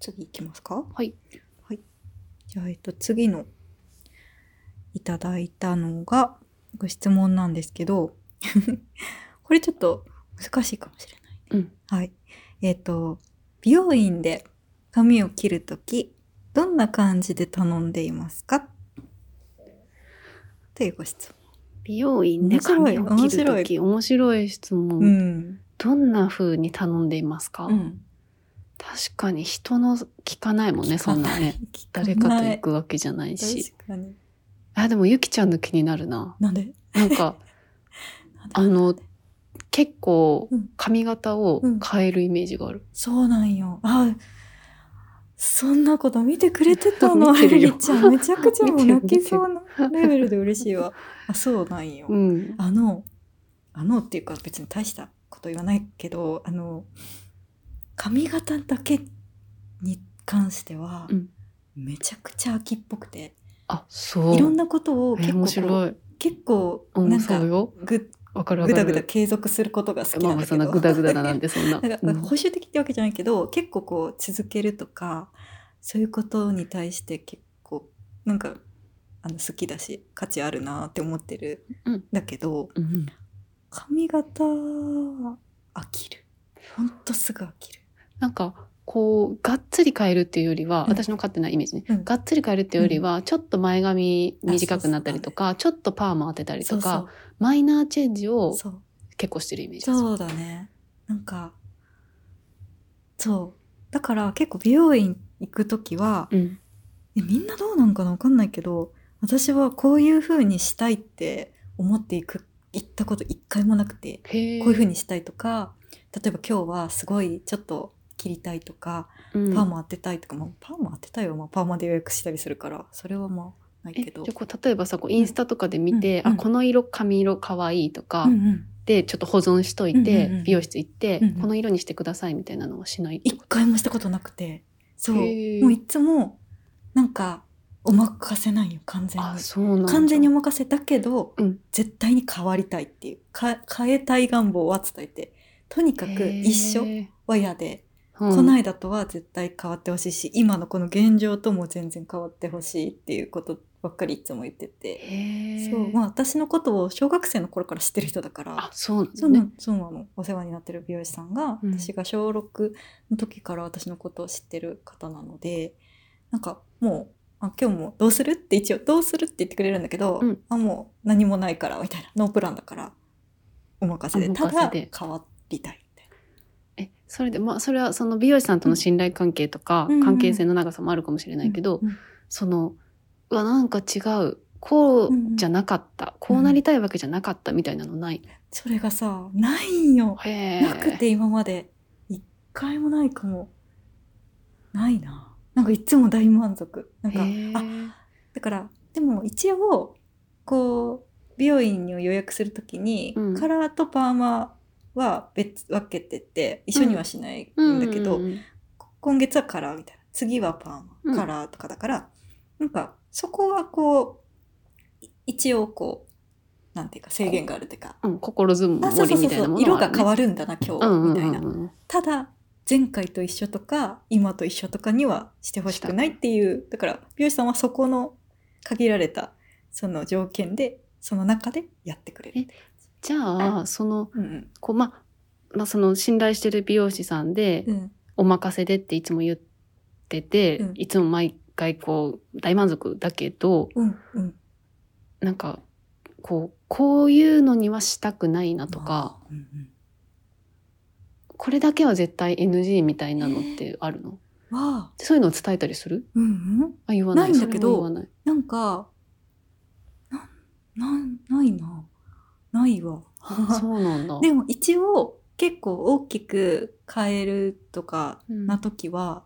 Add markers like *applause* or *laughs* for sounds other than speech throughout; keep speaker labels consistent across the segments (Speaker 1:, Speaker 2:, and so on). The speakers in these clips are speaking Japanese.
Speaker 1: 次いきますか
Speaker 2: はい。
Speaker 1: はい。じゃあ、えっと、次のいただいたのがご質問なんですけど、 *laughs* これちょっと難しいかもしれない。
Speaker 2: うん。
Speaker 1: はい。えっと、美容院で髪を切るとき、どんな感じで頼んでいますかというご質
Speaker 2: 美容院で髪を
Speaker 1: 面
Speaker 2: 切る
Speaker 1: 白い
Speaker 2: とき、面白い質問。
Speaker 1: 問。うん。
Speaker 2: どんな風に頼んでいますか、
Speaker 1: うん。
Speaker 2: 確かに人の聞かないもんね、そんなね。
Speaker 1: 聞かな
Speaker 2: 誰
Speaker 1: い。
Speaker 2: かと行くわけじゃないし。
Speaker 1: 確かに。
Speaker 2: あ、でもゆきちゃんの気になるな。
Speaker 1: なんで
Speaker 2: なん
Speaker 1: *laughs*
Speaker 2: か、あの、結構
Speaker 1: うん
Speaker 2: 髪型を変えるイメージがある。
Speaker 1: そうなんよ。あ、そんなこと見てくれてたの
Speaker 2: 見てる
Speaker 1: あ
Speaker 2: よ
Speaker 1: ゆりちゃんめちゃくちゃもう
Speaker 2: 見てる
Speaker 1: 泣きそうなレベルで嬉しい
Speaker 2: *laughs*
Speaker 1: わ。あ、そうなんよ。
Speaker 2: うん。
Speaker 1: あの、あのっていうか別に大したこと言わないけど、あの、髪型だけに関しては、
Speaker 2: うん
Speaker 1: めちゃくちゃ秋っぽくて、
Speaker 2: あ、そう。
Speaker 1: いろんなことを
Speaker 2: え
Speaker 1: 結構こ
Speaker 2: 面
Speaker 1: う、
Speaker 2: 白い。
Speaker 1: 結構
Speaker 2: う、
Speaker 1: なんんか
Speaker 2: そうよ。
Speaker 1: ぐ、
Speaker 2: わかるわ
Speaker 1: ぐ
Speaker 2: か
Speaker 1: だ
Speaker 2: る。
Speaker 1: ぐだ継続することが好きな
Speaker 2: まあ
Speaker 1: ん
Speaker 2: まあ、
Speaker 1: だ
Speaker 2: そ
Speaker 1: け
Speaker 2: んな
Speaker 1: ど。
Speaker 2: グダグダだなんて、そん
Speaker 1: *laughs*
Speaker 2: な。
Speaker 1: なんか
Speaker 2: うん
Speaker 1: 保守的ってわけじゃないけど、結構こう続けるとかそういうことに対して結構なんかあの好きだし価値あるなって思ってる、
Speaker 2: うん
Speaker 1: だけど
Speaker 2: うん
Speaker 1: 髪型は飽きるほんとすぐ飽きる、
Speaker 2: なんか、こう、がっつり変えるっていうよりは、
Speaker 1: うん
Speaker 2: 私の勝手なイメージね。
Speaker 1: うん
Speaker 2: がっつり変えるっていうよりは、ちょっと前髪短くなったりとか、ちょっとパーマ当てたりと
Speaker 1: そう
Speaker 2: か、
Speaker 1: そ
Speaker 2: マイナーチェンジ
Speaker 1: う
Speaker 2: を
Speaker 1: そう
Speaker 2: 結構してるイメージです。
Speaker 1: そうだねなんかそうだから結構美容院行く時は、
Speaker 2: うん。
Speaker 1: えみんなどうなんかなわかんないけど私はこういう風にしたいって思っていく行ったこと一回もなくて
Speaker 2: へえ。
Speaker 1: こういう風にしたいとか例えば今日はすごいちょっと切りたいとか
Speaker 2: うん、
Speaker 1: パーマ当てたいとか、まあ、パーマ当てたいは、まあ、パーマで予約したりするからそれはまあない
Speaker 2: え
Speaker 1: け
Speaker 2: じ
Speaker 1: ど
Speaker 2: ゃあこう例えばさこうインスタとかで見て、
Speaker 1: うんうん
Speaker 2: あこの色髪色かわいいとか、
Speaker 1: うんうん
Speaker 2: でちょっと保存しといて、
Speaker 1: うんうんうん
Speaker 2: 美容室行って、
Speaker 1: うんうん
Speaker 2: この色にしてくださいみたいなのはしないって
Speaker 1: 一
Speaker 2: こと
Speaker 1: 回もしたことなくてそうも
Speaker 2: へえ
Speaker 1: ういつもなんかお任せないよ完全
Speaker 2: あ
Speaker 1: に
Speaker 2: そうなんだ
Speaker 1: 完全にお任せだけど、
Speaker 2: うん
Speaker 1: 絶対に変わりたいっていうか変えたい願望は伝えてとにかく一緒
Speaker 2: へえ
Speaker 1: は嫌で、
Speaker 2: うん
Speaker 1: この間とは絶対変わってほしいし今のこの現状とも全然変わってほしいっていうことばっかりいつも言ってて、
Speaker 2: へえ
Speaker 1: そうまあ私のことを小学生の頃から知ってる人だから。
Speaker 2: あそうなん
Speaker 1: そ
Speaker 2: だ
Speaker 1: うな
Speaker 2: ね
Speaker 1: の、そうなのお世話になってる美容師さんが、
Speaker 2: うん
Speaker 1: 私が小6の時から私のことを知ってる方なのでなんかもうあ今日もどうするって一応どうするって言ってくれるんだけど、
Speaker 2: うん
Speaker 1: あもう何もないからみたいなノープランだからお任せで
Speaker 2: お任せ
Speaker 1: ただ
Speaker 2: で
Speaker 1: 変わりたいみたいな
Speaker 2: えそれでまあそれはその美容師さんとの信頼関係とか、
Speaker 1: うん
Speaker 2: 関係性の長さもあるかもしれないけど、
Speaker 1: うんうん
Speaker 2: そのうわなんか違うこうじゃなかった、こうなりたいわけじゃなかったみたいなのない、
Speaker 1: それがさないんよ、
Speaker 2: へえ
Speaker 1: なくて今まで一回もないかもないななんかいつも大満足なんか
Speaker 2: へえ
Speaker 1: あだからでも一応こう美容院を予約するときに、
Speaker 2: うん
Speaker 1: カラーとパーマは別分けてて一緒にはしないんだけど、
Speaker 2: うんうんうん
Speaker 1: 今月はカラーみたいな次はパーマ、
Speaker 2: うん
Speaker 1: カラーとかだからなんかそこはこうい一応こうなんていうか制限があるというか。
Speaker 2: うん、心相
Speaker 1: あそうそ
Speaker 2: 撲
Speaker 1: うそ
Speaker 2: み
Speaker 1: う
Speaker 2: たいな
Speaker 1: そ
Speaker 2: も
Speaker 1: う
Speaker 2: の
Speaker 1: 色
Speaker 2: は
Speaker 1: が
Speaker 2: あるね
Speaker 1: 変わるんだな今日みたいな
Speaker 2: うんうんうんうん
Speaker 1: ただ前回と一緒とか今と一緒とかにはしてほしくないっていうだから美容師さんはそこの限られたその条件でその中でやってくれる。
Speaker 2: じゃあその
Speaker 1: うんうん
Speaker 2: こう、まあ、まあその信頼してる美容師さんで
Speaker 1: うん
Speaker 2: 「お任せで」っていつも言ってて、
Speaker 1: うん
Speaker 2: いつも毎回こう大満足だけど
Speaker 1: うんうん
Speaker 2: なんかこうこういうのにはしたくないなとか、
Speaker 1: うんうん
Speaker 2: これだけは絶対 NG みたいなのってあるの、
Speaker 1: は
Speaker 2: そういうのを伝えたりする
Speaker 1: うんうん
Speaker 2: あ言わない
Speaker 1: ないんだけど
Speaker 2: それは言
Speaker 1: *laughs*
Speaker 2: わない
Speaker 1: なんかなんなんないなないわ。
Speaker 2: あそうなんだ
Speaker 1: でも一応結構大きく変えるとか
Speaker 2: うん
Speaker 1: な時は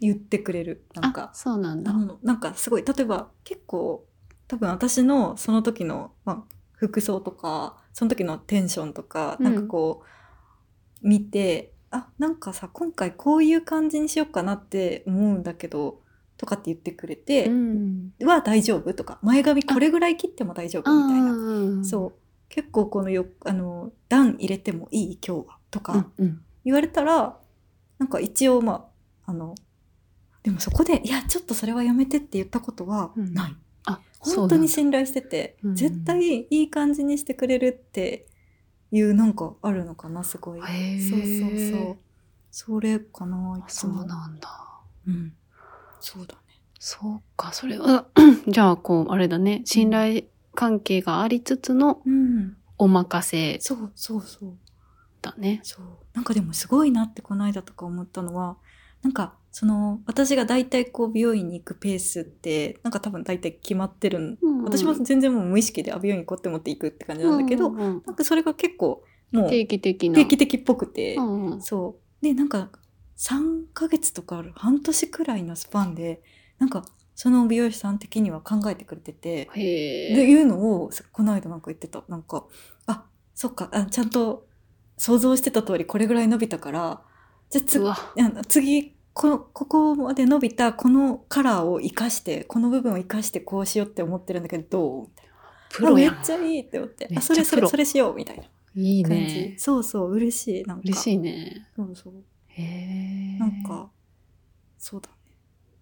Speaker 1: 言ってくれる、なんか
Speaker 2: あそうなんだ
Speaker 1: あのなんかすごい例えば結構多分私のその時の、まあ、服装とかその時のテンションとか、
Speaker 2: うん
Speaker 1: なんかこう見てあなんかさ今回こういう感じにしようかなって思うんだけどとかって言ってくれて、
Speaker 2: うん
Speaker 1: は大丈夫とか前髪これぐらい切っても大丈夫みたいな、
Speaker 2: な
Speaker 1: そう結構このよあの段入れてもいい今日はとか
Speaker 2: うんうん
Speaker 1: 言われたらなんか一応まああのでもそこで「いやちょっとそれはやめて」って言ったことは
Speaker 2: うん
Speaker 1: ない、
Speaker 2: あ
Speaker 1: 本当に信頼してて、
Speaker 2: うん
Speaker 1: 絶対いい感じにしてくれるっていうなんかあるのかなすごい。
Speaker 2: へ
Speaker 1: そう
Speaker 2: ー
Speaker 1: そうそうそれかないつ
Speaker 2: そ
Speaker 1: も
Speaker 2: うなんだ
Speaker 1: うん、そうだね。
Speaker 2: そうかそれは *coughs* じゃあこうあれだね信頼関係がありつつの
Speaker 1: うん、
Speaker 2: お任せ
Speaker 1: そうそうそう
Speaker 2: だね
Speaker 1: そうなんかでもすごいなってこの間とか思ったのはなんかその私が大体こう美容院に行くペースってなんか多分大体決まってるん、
Speaker 2: うん
Speaker 1: 私も全然もう無意識であ美容院行こうって思って行くって感じなんだけど、
Speaker 2: ううん
Speaker 1: なんかそれが結構もう
Speaker 2: 定期的な
Speaker 1: 定期的っぽくて、
Speaker 2: うんうん
Speaker 1: そうでなんか3ヶ月とかある半年くらいのスパンでなんかその美容師さん的には考えてくれてて、
Speaker 2: へ
Speaker 1: で
Speaker 2: え
Speaker 1: いうのをこの間なんか言ってたなんかあそっかあちゃんと想像してた通りこれぐらい伸びたからじゃあつ
Speaker 2: うわ
Speaker 1: あ次こここまで伸びたこのカラーを生かしてこの部分を生かしてこうしようって思ってるんだけどどうみたいな
Speaker 2: プロや
Speaker 1: あめ
Speaker 2: ん
Speaker 1: っちゃいいって思って
Speaker 2: めっちゃ
Speaker 1: あそれそ
Speaker 2: プロ
Speaker 1: れそれしようみたいない
Speaker 2: い
Speaker 1: 感じ
Speaker 2: ね
Speaker 1: そうそう嬉しいなんか
Speaker 2: 嬉
Speaker 1: い
Speaker 2: しいね
Speaker 1: そうそう
Speaker 2: へえ
Speaker 1: なんかそうだね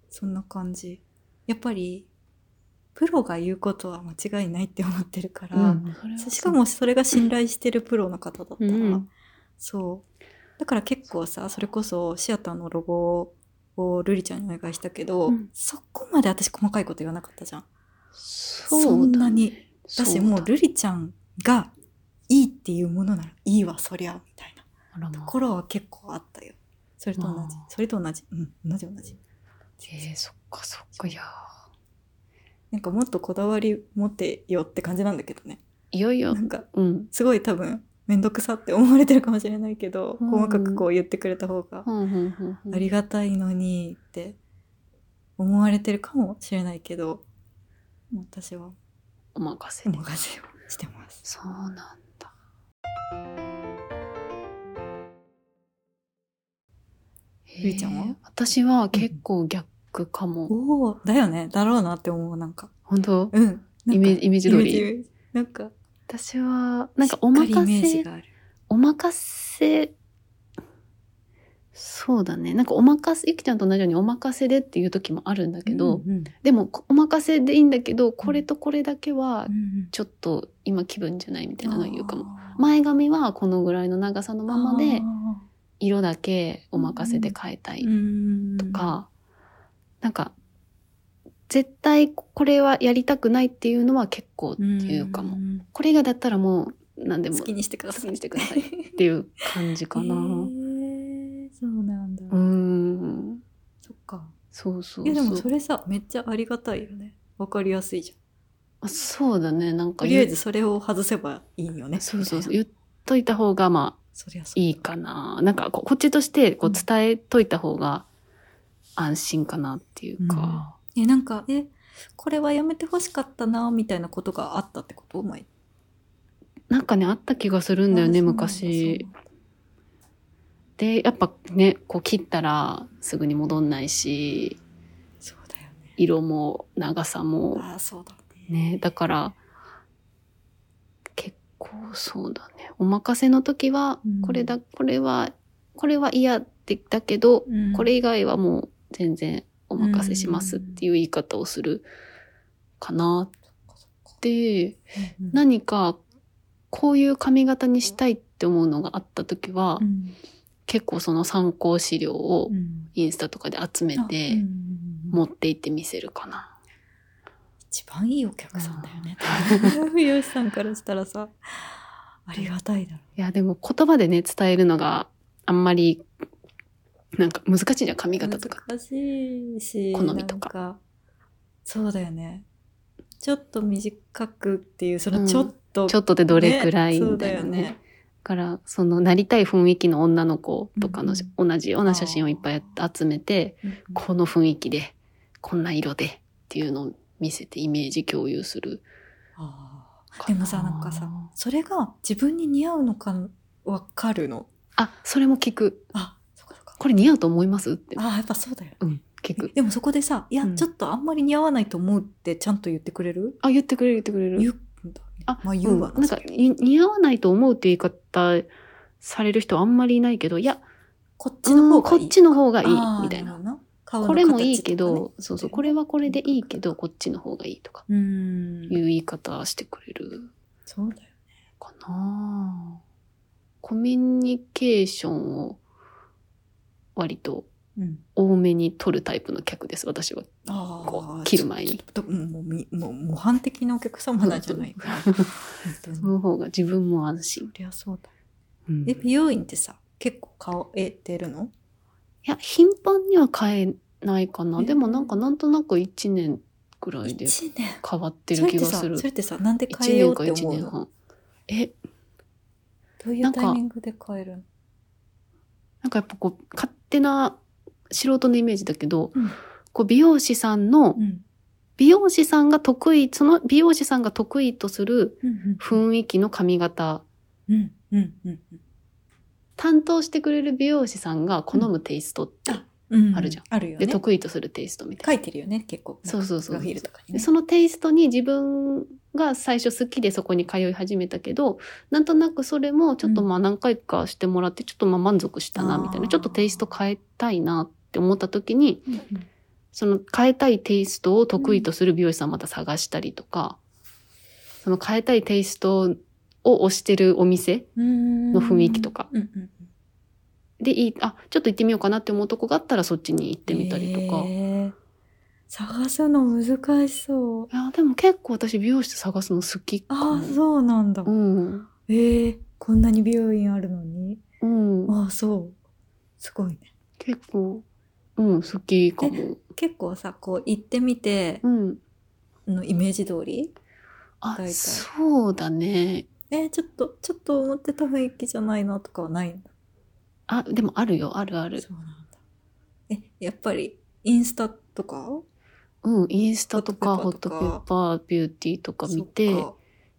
Speaker 1: そんな感じやっぱりプロが言うことは間違いないって思ってるから、
Speaker 2: うんそれはそう
Speaker 1: しかもそれが信頼してるプロの方だった
Speaker 2: う
Speaker 1: ら、
Speaker 2: ん
Speaker 1: そうだから結構さそれこそシアターのロゴをルリちゃんにお願いしたけど、
Speaker 2: うん
Speaker 1: そこまで私細かいこと言わなかったじゃん。
Speaker 2: そうだ
Speaker 1: んなに
Speaker 2: そ
Speaker 1: だ
Speaker 2: だ
Speaker 1: しもうルリちゃんがいいっていうものならいいわそりゃみたいな
Speaker 2: あらまあ
Speaker 1: ところは結構あったよ。それと同じ
Speaker 2: あー
Speaker 1: それと同じうん同じ同じ。
Speaker 2: えー、そっかそっかいや
Speaker 1: なんかもっとこだわり持ってよって感じなんだけどね。
Speaker 2: ーいよいよ
Speaker 1: なんか
Speaker 2: うん
Speaker 1: すごい多分面倒くさって思われてるかもしれないけど、
Speaker 2: うん
Speaker 1: 細かくこう言ってくれた方が
Speaker 2: うんうんうんうん
Speaker 1: ありがたいのにって思われてるかもしれないけどもう私は
Speaker 2: お任せ
Speaker 1: お
Speaker 2: で
Speaker 1: 任せをしてます。
Speaker 2: そうなんだ
Speaker 1: ゆいちゃんは
Speaker 2: へー私は結構逆かも
Speaker 1: おおだよねだろうなって思うなんか
Speaker 2: 本当
Speaker 1: うんなんか
Speaker 2: イメージイメージ通
Speaker 1: イメ
Speaker 2: り
Speaker 1: ージなんか
Speaker 2: 私はなんかお任
Speaker 1: しっかりイメー
Speaker 2: せ
Speaker 1: ジがある。
Speaker 2: お任せそうだねなんかお任せゆきちゃんと同じようにお任せでっていう時もあるんだけど、
Speaker 1: うんうん
Speaker 2: でもこお任せでいいんだけどこれとこれだけは
Speaker 1: うん
Speaker 2: ちょっと今気分じゃないみたいなのを言うかも。
Speaker 1: あー
Speaker 2: 前髪はこのぐらいの長さのままで
Speaker 1: あ
Speaker 2: 色だけお任せで変えたい
Speaker 1: ーうん
Speaker 2: とか、なんか絶対これはやりたくないっていうのは結構言うかも。
Speaker 1: ん
Speaker 2: これ以外だったらもう何でも
Speaker 1: 好
Speaker 2: 好
Speaker 1: き
Speaker 2: き
Speaker 1: にしてください
Speaker 2: にしてくださいっていう感じかな。
Speaker 1: へーそうなんだ、
Speaker 2: うーん
Speaker 1: そっか
Speaker 2: そうそうそう。
Speaker 1: いやでもそれさめっちゃありがたいよねわかりやすいじゃん
Speaker 2: あそうだねなんか
Speaker 1: とりあえずそれを外せばいいよね
Speaker 2: そうそうそう
Speaker 1: みたいな
Speaker 2: 言っといた方がまあ
Speaker 1: そりゃそう
Speaker 2: いいかな。なんかこ、こっちとして、こ
Speaker 1: う
Speaker 2: う、
Speaker 1: ん
Speaker 2: 伝えといた方が安心かなっていうか。
Speaker 1: えなんかえこれはやめてほしかったなみたいなことがあったってことお前
Speaker 2: なんかね、あった気がするんだよね、昔。で、やっぱね、こう、切ったら、すぐに戻んないし、
Speaker 1: そうだよね
Speaker 2: 色も、長さも、
Speaker 1: ああそうだね
Speaker 2: ね、だから、結構そうだね。お任せの時は
Speaker 1: うん、
Speaker 2: これだ、これは、これは嫌でだけど、
Speaker 1: うん
Speaker 2: これ以外はもう全然お任せしますっていう言い方をするかなって、
Speaker 1: うん
Speaker 2: 何かこういう髪型にしたいって思うのがあった時は、
Speaker 1: うん
Speaker 2: 結構その参考資料を
Speaker 1: うん
Speaker 2: インスタとかで集め
Speaker 1: あうんうん
Speaker 2: て
Speaker 1: うん
Speaker 2: 持って行って見せるかな。
Speaker 1: 一番いいお客さんだよ *laughs* ね美容師さんからしたらさありがたいだろ
Speaker 2: いや、でも言葉でね、伝えるのがあんまり、なんか難しいじゃん、髪型とか。
Speaker 1: 難しいし
Speaker 2: 好みとか
Speaker 1: なんそうだよねちょっと短くっていうそ
Speaker 2: うん
Speaker 1: のちょっと、
Speaker 2: ちょっとでどれくらい
Speaker 1: ねそ
Speaker 2: み
Speaker 1: う
Speaker 2: た
Speaker 1: だ
Speaker 2: いな
Speaker 1: よ
Speaker 2: ね。
Speaker 1: ね
Speaker 2: からそのなりたい雰囲気の女の子とかのし、同じような写真をいっぱい集めて
Speaker 1: うん
Speaker 2: この雰囲気でこんな色でっていうのを見せてイメージ共有する
Speaker 1: あ
Speaker 2: かな
Speaker 1: ーでもさなんかさそれが自分に似合うのかわかるの
Speaker 2: あそれも聞く
Speaker 1: あそっかそっか
Speaker 2: これ似合うと思いますって
Speaker 1: あーやっぱそうだよね
Speaker 2: うん聞く
Speaker 1: でもそこでさ「いや、
Speaker 2: うん
Speaker 1: ちょっとあんまり似合わないと思う」ってちゃんと言ってくれる
Speaker 2: あ言ってくれる言ってくれ
Speaker 1: 言
Speaker 2: る
Speaker 1: うんだね
Speaker 2: あ
Speaker 1: まあ言うわ
Speaker 2: うんなんかに似合わないと思うって言い方される人はあんまりいないけどいや
Speaker 1: こっちの方がいい、
Speaker 2: こっちの方がいい
Speaker 1: あー
Speaker 2: みたい
Speaker 1: る
Speaker 2: な
Speaker 1: ほど顔の
Speaker 2: これもいいけ
Speaker 1: 形とか
Speaker 2: ど
Speaker 1: ね、
Speaker 2: そうそうこれはこれでいいけどこっちの方がいいとか
Speaker 1: う
Speaker 2: い
Speaker 1: ーん
Speaker 2: う言い方してくれる
Speaker 1: そうだよ
Speaker 2: かなコミュニケーションを割と
Speaker 1: うん
Speaker 2: 多めに取るタイプの客です私は
Speaker 1: あー
Speaker 2: こう切る前に
Speaker 1: ちょっとうんもうみもう模範的なお客様なんじゃないかな本当に
Speaker 2: その方が自分も安心
Speaker 1: そ、りゃそうだ
Speaker 2: うん
Speaker 1: え美容院ってさ結構顔えてるの
Speaker 2: いや、頻繁には変えないかな。
Speaker 1: え
Speaker 2: でもなんかなんとなく1年ぐらいで
Speaker 1: 1年
Speaker 2: 変わってる気がする
Speaker 1: そ。れってさそれってさなんで
Speaker 2: 1
Speaker 1: 変えよ
Speaker 2: 年
Speaker 1: う
Speaker 2: か
Speaker 1: って
Speaker 2: 1
Speaker 1: 思う
Speaker 2: 年
Speaker 1: の
Speaker 2: 半。え、
Speaker 1: どうい
Speaker 2: な
Speaker 1: うん
Speaker 2: か
Speaker 1: タイミングで変えるの
Speaker 2: なんかやっぱこう、勝手な素人のイメージだけど、
Speaker 1: うん
Speaker 2: こう美容師さんの、
Speaker 1: うん
Speaker 2: 美容師さんが得意、その美容師さんが得意とする
Speaker 1: うん
Speaker 2: 雰囲気の髪型、
Speaker 1: うんうんうん
Speaker 2: 担当してくれる美容師さんが好むテイストって、
Speaker 1: うん
Speaker 2: あるじゃん
Speaker 1: あるよ
Speaker 2: で、
Speaker 1: ね
Speaker 2: 得意とするテイストみたい
Speaker 1: 書
Speaker 2: な。
Speaker 1: いてるよね結構
Speaker 2: そうそうそ
Speaker 1: プ
Speaker 2: う
Speaker 1: ロフィールとかに
Speaker 2: で
Speaker 1: ね
Speaker 2: そのテイストに自分が最初好きでそこに通い始めたけどなんとなくそれもちょっとまあ何回かしてもらってちょっとまあ満足したなみたい
Speaker 1: あ
Speaker 2: な
Speaker 1: ー
Speaker 2: ちょっとテイスト変えたいなって思った時に
Speaker 1: うんうん
Speaker 2: その変えたいテイストを得意とする美容師さんまた探したりとか、その変えたいテイストを推してるお店
Speaker 1: の
Speaker 2: 雰囲気とか
Speaker 1: うんうん、
Speaker 2: でいいあちょっと行ってみようかなって思うとこがあったらそっちに行ってみたりとか。
Speaker 1: へー探すの難しそう
Speaker 2: いやでも結構私美容室探すの好きかも
Speaker 1: ああそうなんだ、
Speaker 2: うん
Speaker 1: えー、こんなに美容院あるのに
Speaker 2: うん、
Speaker 1: ああそうすごいね
Speaker 2: 結構、うん、好きかも。
Speaker 1: 結構さこう行ってみて
Speaker 2: うん。
Speaker 1: のイメージ通り
Speaker 2: あ
Speaker 1: 大、体
Speaker 2: そうだね。
Speaker 1: えー、ちょっとちょっと思ってた雰囲気じゃないなとかはないんだ
Speaker 2: あ、でもあるよ、あるある。
Speaker 1: そうなんだえやっぱりインスタとか
Speaker 2: うん、インスタとか、ホ
Speaker 1: ホ
Speaker 2: ッ
Speaker 1: ット
Speaker 2: トペ
Speaker 1: ペ
Speaker 2: ッ
Speaker 1: ッ
Speaker 2: パー、ビューティーとか見て、
Speaker 1: そっか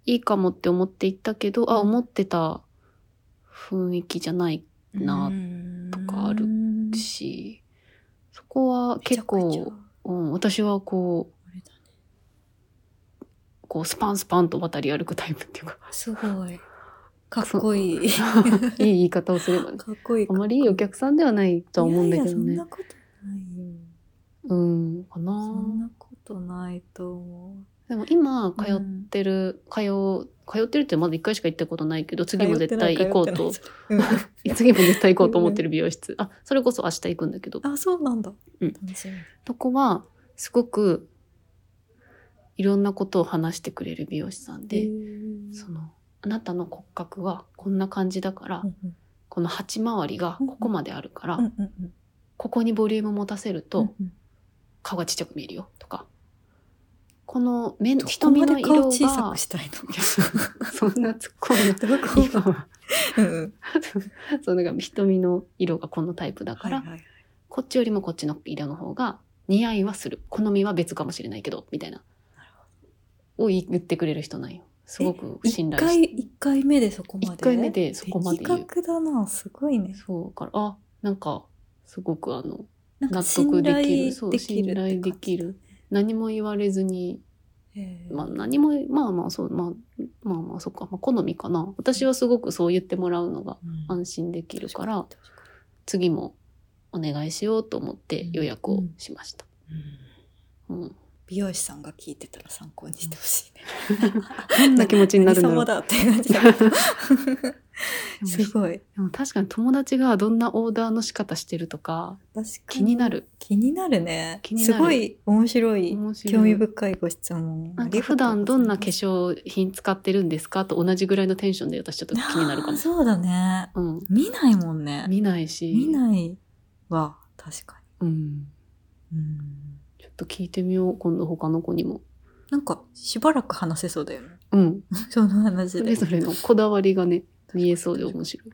Speaker 2: いいかもって思って行ったけど、あ、
Speaker 1: うん
Speaker 2: 思ってた雰囲気じゃないなとかある
Speaker 1: うん
Speaker 2: し、そこは結
Speaker 1: めちゃくち
Speaker 2: 構
Speaker 1: ゃ、
Speaker 2: うん、私はこ
Speaker 1: あれだね
Speaker 2: う、こう、スパンスパンと渡り歩くタイプっていう
Speaker 1: *laughs*
Speaker 2: か、
Speaker 1: すごいかっこい
Speaker 2: *laughs*
Speaker 1: い
Speaker 2: いい言い方をすればね。
Speaker 1: かっこいい
Speaker 2: あまりいいお客さんではないとは思うんだけどね。
Speaker 1: いやいやそんなことないよ。
Speaker 2: うん、かな
Speaker 1: そんなことないと思
Speaker 2: でも今
Speaker 1: う。
Speaker 2: 通ってる、通う、通ってるってまだ一回しか行ったことないけど、次も絶対行こうと、
Speaker 1: うん。
Speaker 2: 次も絶対行こうと *laughs* 思ってる美容室。あ、それこそ明日行くんだけど、
Speaker 1: あ、そうなんだ。
Speaker 2: うん
Speaker 1: 楽しみ。
Speaker 2: そこは、すごく、いろんなことを話してくれる美容師さんで、
Speaker 1: うん
Speaker 2: その、あなたの骨格はこんな感じだから、
Speaker 1: うんうん
Speaker 2: この鉢回りがここまであるから、
Speaker 1: うんうんうん
Speaker 2: ここにボリューム持たせると、
Speaker 1: うん
Speaker 2: 顔がちっちゃく見えるよ、とか。この目、
Speaker 1: どこま
Speaker 2: 瞳の
Speaker 1: で顔
Speaker 2: 色
Speaker 1: 小さ
Speaker 2: が
Speaker 1: く、したいの
Speaker 2: いやそ *laughs* そんな突っ込
Speaker 1: *laughs*
Speaker 2: んで
Speaker 1: どこ
Speaker 2: 今は
Speaker 1: うんうん
Speaker 2: *laughs* そうなんか瞳の色がこのタイプだから、
Speaker 1: はいはい
Speaker 2: こっちよりもこっちの色の方が似合いはする好みは別かもしれないけどみたいなを言ってくれる人なんよすごく信
Speaker 1: 一
Speaker 2: 頼し
Speaker 1: 回
Speaker 2: て
Speaker 1: 一回目でそこまで。
Speaker 2: 一回目でそこまで言う
Speaker 1: 的確だな、すごいね。
Speaker 2: そうからあなんかすごくあの
Speaker 1: なんか
Speaker 2: 納得
Speaker 1: 信
Speaker 2: で
Speaker 1: 頼
Speaker 2: き
Speaker 1: でき
Speaker 2: るそ
Speaker 1: る
Speaker 2: う信頼できる。何も言われずに、
Speaker 1: へー
Speaker 2: まあ、何もまあまあそうまあまあまあそっか、まあ、好みかな私はすごくそう言ってもらうのが
Speaker 1: うん
Speaker 2: 安心できるから、
Speaker 1: 確かに確か
Speaker 2: 次もお願いしようと思って予約をしました。
Speaker 1: にうん
Speaker 2: うん。
Speaker 1: 美容師さんが聞いてたら参考にしてほしいね。
Speaker 2: どんな気持ちになるんだろ
Speaker 1: 何様
Speaker 2: う。 *laughs*
Speaker 1: だって感じだけどすごい。
Speaker 2: でも確かに友達がどんなオーダーの仕方してるとか
Speaker 1: 確か
Speaker 2: 気になる。
Speaker 1: 気になるね。
Speaker 2: 気になる
Speaker 1: すごい面白い
Speaker 2: 面白い
Speaker 1: 興味深いご質問。
Speaker 2: なんか普段どんな化
Speaker 1: あ
Speaker 2: 粧品使ってるんですかと同じぐらいのテンションで私ちょっと
Speaker 1: り
Speaker 2: 気
Speaker 1: がとうございます
Speaker 2: になるか
Speaker 1: あー
Speaker 2: も。
Speaker 1: *laughs* そうだね。
Speaker 2: うん。
Speaker 1: 見ないもんね。
Speaker 2: 見ないし。
Speaker 1: 見ないわ、確か
Speaker 2: うん。
Speaker 1: に。うん
Speaker 2: ちょっと聞いてみよう。今度他の子にも。
Speaker 1: なんかしばらく話せそうだよね。 *laughs*
Speaker 2: うん。
Speaker 1: その話
Speaker 2: それ
Speaker 1: で。
Speaker 2: ぞれのこだわりがね、見えそうで面白い。